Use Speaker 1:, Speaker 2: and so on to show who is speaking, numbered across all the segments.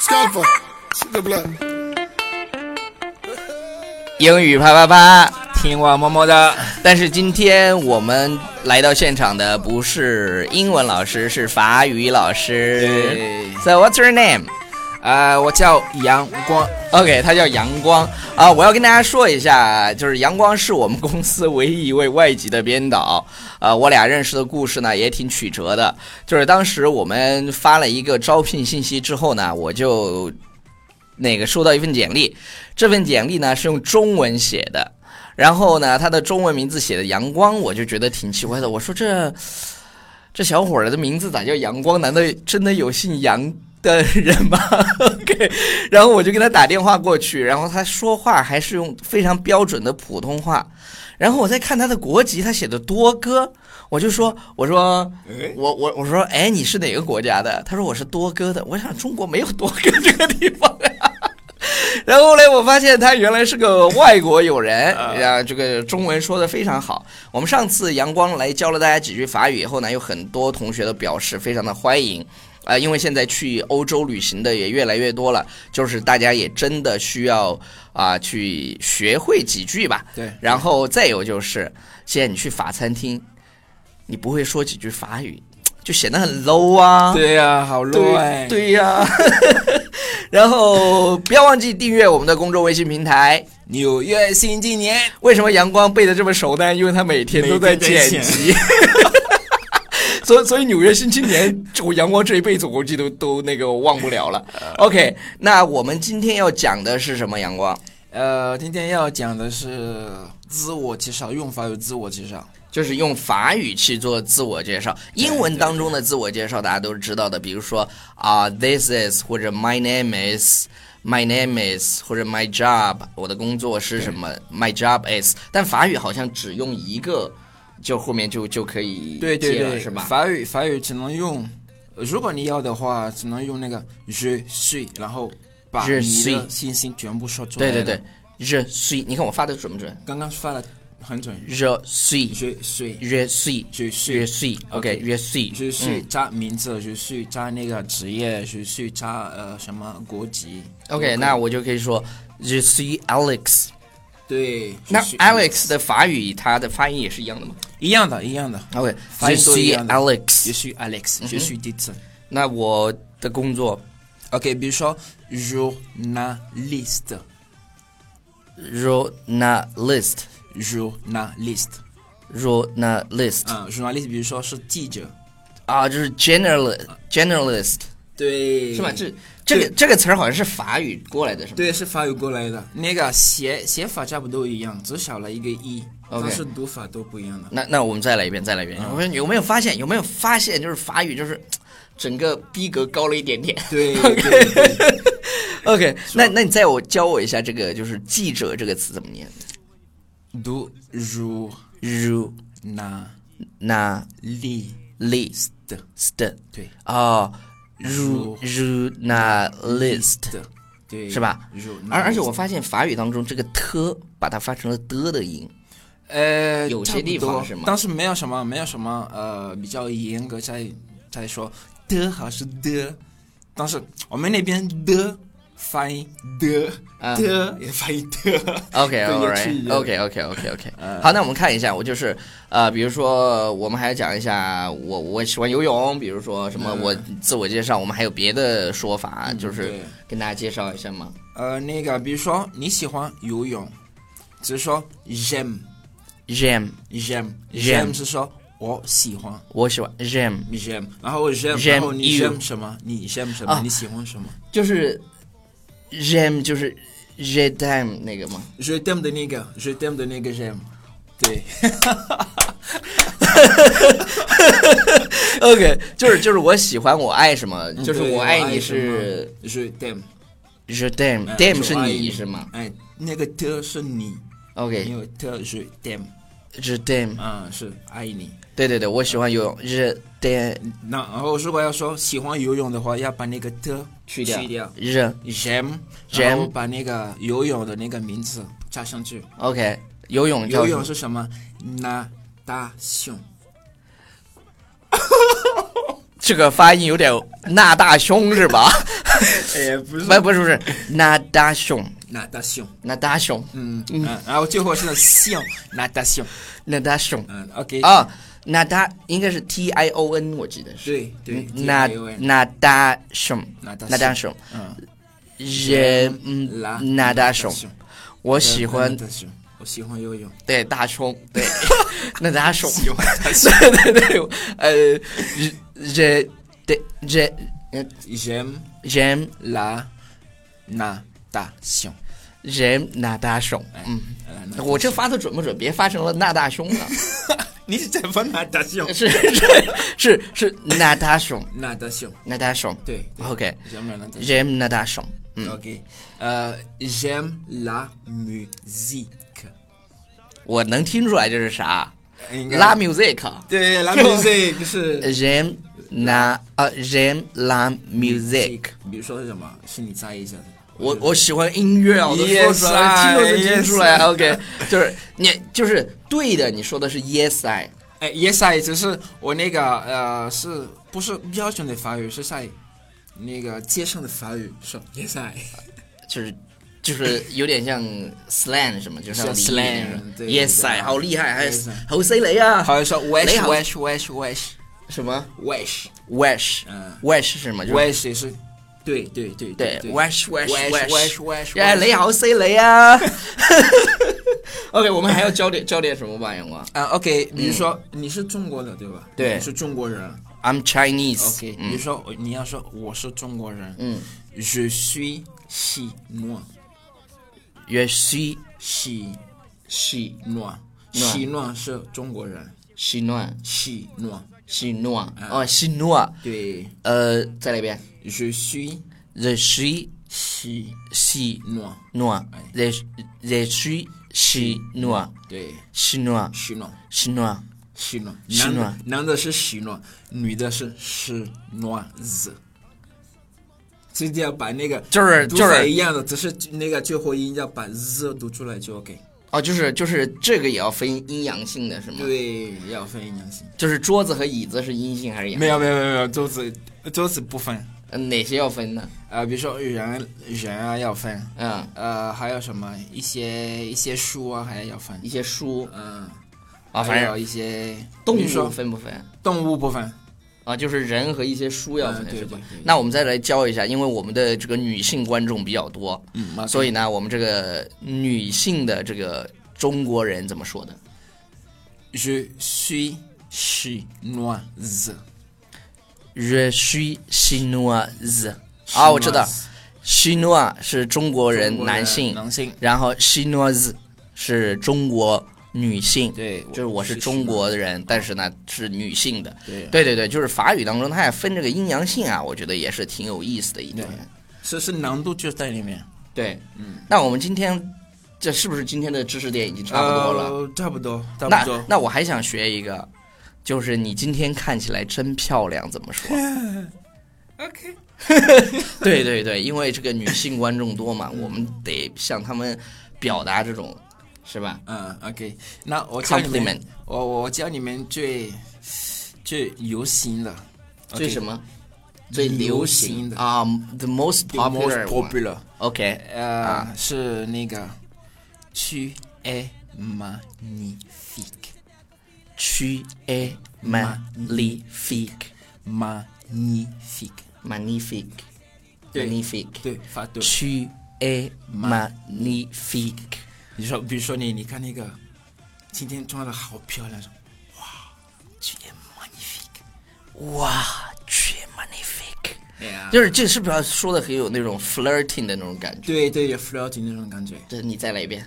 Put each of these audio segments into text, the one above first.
Speaker 1: Scalper, see the blood.
Speaker 2: 英语啪啪啪，听我么么哒。但是今天我们来到现场的不是英文老师，是法语老师。So what's your name？呃，我叫杨光。OK，他叫杨光啊、我要跟大家说一下，就是杨光是我们公司唯一一位外籍的编导。呃，我俩认识的故事呢也挺曲折的。就是当时我们发了一个招聘信息之后呢，我就那个收到一份简历，这份简历呢是用中文写的，然后呢，他的中文名字写的阳光，我就觉得挺奇怪的。我说这这小伙儿的名字咋叫阳光？难道真的有姓杨的人吗 ？OK，然后我就给他打电话过去，然后他说话还是用非常标准的普通话，然后我再看他的国籍，他写的多哥，我就说我说。我我我说，哎，你是哪个国家的？他说我是多哥的。我想中国没有多哥这个地方呀、 然后后来我发现他原来是个外国友人，
Speaker 3: 啊
Speaker 2: 然后这个中文说的非常好。我们上次阳光来教了大家几句法语以后呢，有很多同学都表示非常的欢迎。啊、因为现在去欧洲旅行的也越来越多了，就是大家也真的需要啊、去学会几句吧。
Speaker 3: 对
Speaker 2: 然后再有就是，现在你去法餐厅，你不会说几句法语，就显得很 low 啊。
Speaker 3: 对呀、好
Speaker 2: 对
Speaker 3: 乱。
Speaker 2: 对呀、然后不要忘记订阅我们的公众微信平台。
Speaker 3: 纽约新青年，
Speaker 2: 为什么阳光背的这么熟呢？因为他每天都在剪
Speaker 3: 每天在
Speaker 2: 辑。 所以，所以纽约新青年，我阳光这一辈子我估计都都那个忘不了了。OK，那我们今天要讲的是什么？阳光
Speaker 3: 呃，今天要讲的是自我介绍，用法有自我介绍。
Speaker 2: 就是用法语去做自我介绍。英文当中的自我介绍大家都是知道的，比如说啊、t h i s is 或者 My name is。My name is 或者 My job，我的工作是什么？My job is，但法语好像只用一个，就后面就就可以
Speaker 3: 对对
Speaker 2: 接了
Speaker 3: 对，
Speaker 2: 是吧？
Speaker 3: 法语法语只能用，呃如果你要的话，只能用那个 je suis，然后把
Speaker 2: Je
Speaker 3: 你
Speaker 2: suis
Speaker 3: 的信息全部说出来。
Speaker 2: 对对对，，je suis，你看我发的准不准
Speaker 3: 刚刚发的很准。
Speaker 2: ？je suis，je
Speaker 3: je suis
Speaker 2: suis，je
Speaker 3: je
Speaker 2: suis，je
Speaker 3: suis
Speaker 2: suis，OK，
Speaker 3: OK
Speaker 2: je suis，
Speaker 3: je suis
Speaker 2: 嗯
Speaker 3: 加名字，je suis 加那个职业，je suis 加呃什么国籍。
Speaker 2: OK，那我就可以说 je suis Alex。
Speaker 3: 对，je
Speaker 2: 那
Speaker 3: suis
Speaker 2: Alex 的法语它的发音也是一样的吗
Speaker 3: 一样的，一样的。
Speaker 2: ？OK，je
Speaker 3: 发音都一
Speaker 2: suis
Speaker 3: 样的 Je
Speaker 2: Alex。嗯
Speaker 3: suis Alex, je suis Dieter.
Speaker 2: 那我的工作
Speaker 3: OK，比如说 journaliste,
Speaker 2: journalist，journalist，
Speaker 3: journaliste，嗯，journalist，比如说是记者，
Speaker 2: 啊，就是
Speaker 3: 嗯
Speaker 2: generalist，generalist
Speaker 3: 对，
Speaker 2: 是吧？这这个这个词儿好像是法语过来的，是吗？
Speaker 3: 对，是法语过来的。那个写写法差不多一样，只少了一个 e，
Speaker 2: OK
Speaker 3: 但是读法都不一样的。
Speaker 2: 那那我们再来一遍，再来一遍。
Speaker 3: 嗯
Speaker 2: 我说有没有发现？有没有发现？就是法语就是整个逼格高了一点点。
Speaker 3: 对 对对
Speaker 2: OK，那那你再我教我一下这个就是记者这个词怎么念
Speaker 3: 读 journalist，
Speaker 2: ？journalist
Speaker 3: 对
Speaker 2: 哦，journalist
Speaker 3: 对，
Speaker 2: 是吧？
Speaker 3: journalist？
Speaker 2: 而而且我发现法语当中这个 t 把它发成了的的音。
Speaker 3: 呃，
Speaker 2: 有些
Speaker 3: 差不
Speaker 2: 地方
Speaker 3: 多
Speaker 2: 是吗
Speaker 3: 但是没有什么，没有什么呃，比较严格在在说的还是的，但是我们那边的发音的、
Speaker 2: 啊
Speaker 3: 的也发音的。
Speaker 2: OK
Speaker 3: 对
Speaker 2: all
Speaker 3: 有区
Speaker 2: right
Speaker 3: 别
Speaker 2: OK OK OK OK 好，那我们看一下，我就是呃，比如说我们还要讲一下我我喜欢游泳，比如说什么我自我介绍，我们还有别的说法，就是
Speaker 3: 对
Speaker 2: 跟大家介绍一下嘛。
Speaker 3: 呃，那个比如说你喜欢游泳，只是说 j'aime
Speaker 2: Jam，
Speaker 3: j'aime
Speaker 2: J'aime
Speaker 3: j'aime 是说我喜欢
Speaker 2: 我喜欢 Jam，
Speaker 3: j'aime，然后 j'aime，
Speaker 2: J'aime
Speaker 3: 然后你
Speaker 2: you
Speaker 3: j'aime 什么？你 j'aime 什
Speaker 2: 啊
Speaker 3: 么？你喜欢什么
Speaker 2: 就是 Jam 就是 j t i m e 那个嘛。
Speaker 3: ？je t'aime 的那个，je t'aime 的那个 j'aime，对。
Speaker 2: OK，就是就是我喜欢我爱什么，就是
Speaker 3: 嗯对
Speaker 2: 我嗯爱你
Speaker 3: 什么
Speaker 2: 是
Speaker 3: 是 them，
Speaker 2: j t i m
Speaker 3: 哎
Speaker 2: e d a m 是
Speaker 3: 我爱
Speaker 2: 你是吗
Speaker 3: 哎，那个 t 是你，因
Speaker 2: ？OK，
Speaker 3: 为 t 是 them，
Speaker 2: j t i m e
Speaker 3: 嗯，是爱你。
Speaker 2: 对对对，我喜欢游泳 j t i m
Speaker 3: 那然后如果要说喜欢游泳的话，要把那个 t 去
Speaker 2: 去掉
Speaker 3: 去掉
Speaker 2: j
Speaker 3: ，j'aime，
Speaker 2: J'aime
Speaker 3: 然后把那个游泳的那个名字加上去。
Speaker 2: OK，游泳叫
Speaker 3: 游
Speaker 2: 什么
Speaker 3: 泳是什么？natation，
Speaker 2: 这个发音有点那大胸是吧？
Speaker 3: 哎，不
Speaker 2: 不不是不是，那大胸，
Speaker 3: 那大熊，
Speaker 2: 那大胸，
Speaker 3: 嗯嗯，然后最后是熊，那大熊，
Speaker 2: 那大胸
Speaker 3: 嗯，OK，
Speaker 2: 啊，那大应该是 T I O N，我记得是。
Speaker 3: 对对，
Speaker 2: 那那大胸，
Speaker 3: 那大
Speaker 2: 那大
Speaker 3: 熊
Speaker 2: 胸，
Speaker 3: 嗯，
Speaker 2: 人嗯
Speaker 3: 拉
Speaker 2: 那大胸，我喜欢
Speaker 3: 大熊，我喜欢游泳，
Speaker 2: 对大胸， 对那大胸，
Speaker 3: 喜欢大熊，
Speaker 2: 对对对，呃，人对人
Speaker 3: 人
Speaker 2: 人
Speaker 3: 拉那大熊，
Speaker 2: 人那大胸，嗯。
Speaker 3: 呃
Speaker 2: 我这发的准不准？别发成了那大胸 了，
Speaker 3: 你是怎么那大熊？
Speaker 2: 是是是是那大胸，
Speaker 3: 那大熊，
Speaker 2: 那大胸，
Speaker 3: 对
Speaker 2: Ah, ，OK，
Speaker 3: j'aime la natation.
Speaker 2: j'aime 那大胸，嗯，
Speaker 3: Ok. Euh, j'aime la musique.
Speaker 2: 我能听出来这是啥
Speaker 3: 应该
Speaker 2: ？La music，j'aime
Speaker 3: 对，la musique 是
Speaker 2: na 呃 j'aime la music，
Speaker 3: music，比如说是什么？是你在意一下的。
Speaker 2: 我我喜欢音乐啊，我都说
Speaker 3: Yes,
Speaker 2: 出来，听都是
Speaker 3: I-
Speaker 2: 听出来
Speaker 3: yes. 哎
Speaker 2: ，OK，就是你就是对的，你说的是 yes I，
Speaker 3: 哎，yes Eh, I，只是我那个呃，是不是标准的法语？是在那个街上的法语说 yes I。
Speaker 2: 就是就是有点像 slang 什么，就像
Speaker 3: 像 slang，对
Speaker 2: yes
Speaker 3: 对
Speaker 2: I，好厉害，还有
Speaker 3: Yes, I
Speaker 2: 侯 C 雷啊，
Speaker 3: 好像说 Euh, wesh
Speaker 2: 你好
Speaker 3: wesh wesh wesh
Speaker 2: 什么
Speaker 3: wesh
Speaker 2: wash，
Speaker 3: 嗯
Speaker 2: w a s h 是什么？就是
Speaker 3: wesh 也是，对对对
Speaker 2: 对
Speaker 3: 对
Speaker 2: wash wash
Speaker 3: wesh
Speaker 2: wash
Speaker 3: wesh wesh。
Speaker 2: 哎，雷豪 C 雷 啊！OK，我们还要教点教点什么玩意儿啊
Speaker 3: 啊，OK，比如说你是中国的对吧？
Speaker 2: 对嗯
Speaker 3: 你是中国人。
Speaker 2: ？I'm Chinese。
Speaker 3: OK，比
Speaker 2: 嗯
Speaker 3: 如说我你要说我是中国人，
Speaker 2: 嗯
Speaker 3: ，Je suis chinois，
Speaker 2: ，Je suis
Speaker 3: chinois
Speaker 2: Xi
Speaker 3: chinois 是中国人
Speaker 2: Xi Nuan
Speaker 3: ，chinois
Speaker 2: Xi Nuan
Speaker 3: 啊
Speaker 2: 哦，Xi Nuan。
Speaker 3: 对
Speaker 2: 呃，再来一遍
Speaker 3: ，Je suis
Speaker 2: ，Je suis
Speaker 3: chinois
Speaker 2: Xi
Speaker 3: 哎
Speaker 2: Nuan，Je Je suis Xi Nuan
Speaker 3: 对
Speaker 2: Xi Nuan
Speaker 3: ，chinois
Speaker 2: Xi Nuan。
Speaker 3: chinois，男
Speaker 2: ，chinois
Speaker 3: 的男的是 chinois，女的是 chinoise。所以要把那个
Speaker 2: 就是
Speaker 3: 读
Speaker 2: 就是
Speaker 3: 法一样的，只是那个最后音要把 z 读出来就 OK。
Speaker 2: 哦，就是就是这个也要分阴阳性的是吗？
Speaker 3: 对，要分阴阳性。
Speaker 2: 就是桌子和椅子是阴性还是阳性？
Speaker 3: 没有没有没有没有，桌子桌子不分。
Speaker 2: 呃哪些要分呢？
Speaker 3: 呃，比如说人人啊要分，
Speaker 2: 嗯，
Speaker 3: 呃，还有什么一些一些书啊还要分
Speaker 2: 一，些书
Speaker 3: 嗯，
Speaker 2: 啊，
Speaker 3: 还
Speaker 2: 反
Speaker 3: 有
Speaker 2: 正
Speaker 3: 一些
Speaker 2: 动
Speaker 3: 比如
Speaker 2: 物
Speaker 3: 说
Speaker 2: 分不分
Speaker 3: 动物不分，
Speaker 2: 啊？就是人和一些书要分
Speaker 3: 嗯对
Speaker 2: 是吧
Speaker 3: 对对对？
Speaker 2: 那我们再来教一下，因为我们的这个女性观众比较多，
Speaker 3: 嗯
Speaker 2: 所
Speaker 3: 以
Speaker 2: 以呢，我们这个女性的这个中国人怎么说的
Speaker 3: je suis chinoise，
Speaker 2: ？Je suis chinoise。啊，我知道
Speaker 3: Chinoise
Speaker 2: ，chinois 是中国
Speaker 3: 中
Speaker 2: 人
Speaker 3: 国
Speaker 2: 男性，
Speaker 3: 男性，
Speaker 2: 然后 chinoise 是中国女性。
Speaker 3: 对，
Speaker 2: 就是我是中国人，但是呢是女性的。
Speaker 3: 对
Speaker 2: 对对对，就是法语当中它也分这个阴阳性啊，我觉得也是挺有意思的一点。
Speaker 3: 是是难度就在里面，
Speaker 2: 对，嗯，那我们今天这是不是今天的知识点已经差不多了？
Speaker 3: 呃，差不多，差
Speaker 2: 那
Speaker 3: 不多，
Speaker 2: 那我还想学一个，就是你今天看起来真漂亮，怎么说？
Speaker 3: OK，
Speaker 2: 对对对，因为这个女性观众多嘛，我们得向他们表达这种，是吧？
Speaker 3: 嗯，OK，那我教你
Speaker 2: Compliment
Speaker 3: 们，我我教你们最最流行的
Speaker 2: 最
Speaker 3: OK
Speaker 2: 什么？最流
Speaker 3: 流
Speaker 2: 行
Speaker 3: 行的
Speaker 2: 啊、t h e most
Speaker 3: The
Speaker 2: popular one
Speaker 3: most popular，
Speaker 2: OK，
Speaker 3: 呃，是那个 tu es magnifique,
Speaker 2: 去 a magnifique
Speaker 3: magnifique，
Speaker 2: magnifique
Speaker 3: 对
Speaker 2: magnifique
Speaker 3: 对，发对。
Speaker 2: 去 a magnifique
Speaker 3: 你说，比如说你，你看那个，今天穿的好漂亮，哇，tu es magnifique，
Speaker 2: 哇去 magnifique，
Speaker 3: 哎呀，
Speaker 2: 就是这是不是说的很有那种 flirting 的那种感觉？
Speaker 3: 对对，有 flirting 那种感觉
Speaker 2: 这你再来一遍。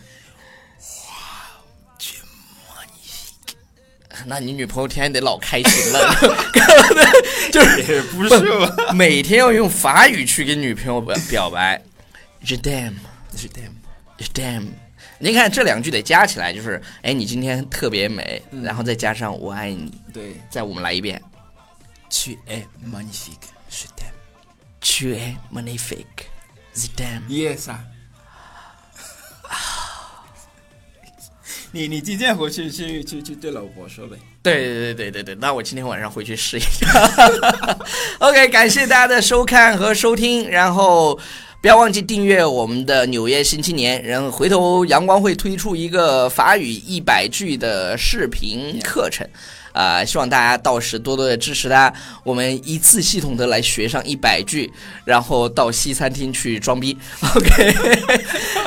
Speaker 3: ，tu es magnifique，
Speaker 2: 那你女朋友天天得老开心了，就是
Speaker 3: 不是吧
Speaker 2: 每天要用法语去跟女朋友表表白 j a d a m
Speaker 3: 是 damn，
Speaker 2: damn。您看这两句得加起来，就是哎，你今天特别美，
Speaker 3: 嗯
Speaker 2: 然后再加上我爱你，
Speaker 3: 对
Speaker 2: 再我们来一遍
Speaker 3: ，tu es magnifique，是 damn，yes
Speaker 2: ，tu es magnifique, the damn。
Speaker 3: 啊。你你今天回去去去去对老婆说呗。
Speaker 2: 对对对对对对，那我今天晚上回去试一下。OK，感谢大家的收看和收听，然后不要忘记订阅我们的《纽约新青年》，然后回头阳光会推出一个法语一百句的视频课程。啊、希望大家到时多多的支持他，我们一次系统的来学上一百句，然后到西餐厅去装逼。OK，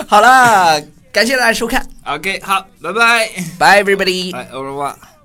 Speaker 2: 好了，感谢大家收看
Speaker 3: OK，好，拜拜，
Speaker 2: ，Bye everybody。
Speaker 3: 来，欧文吧。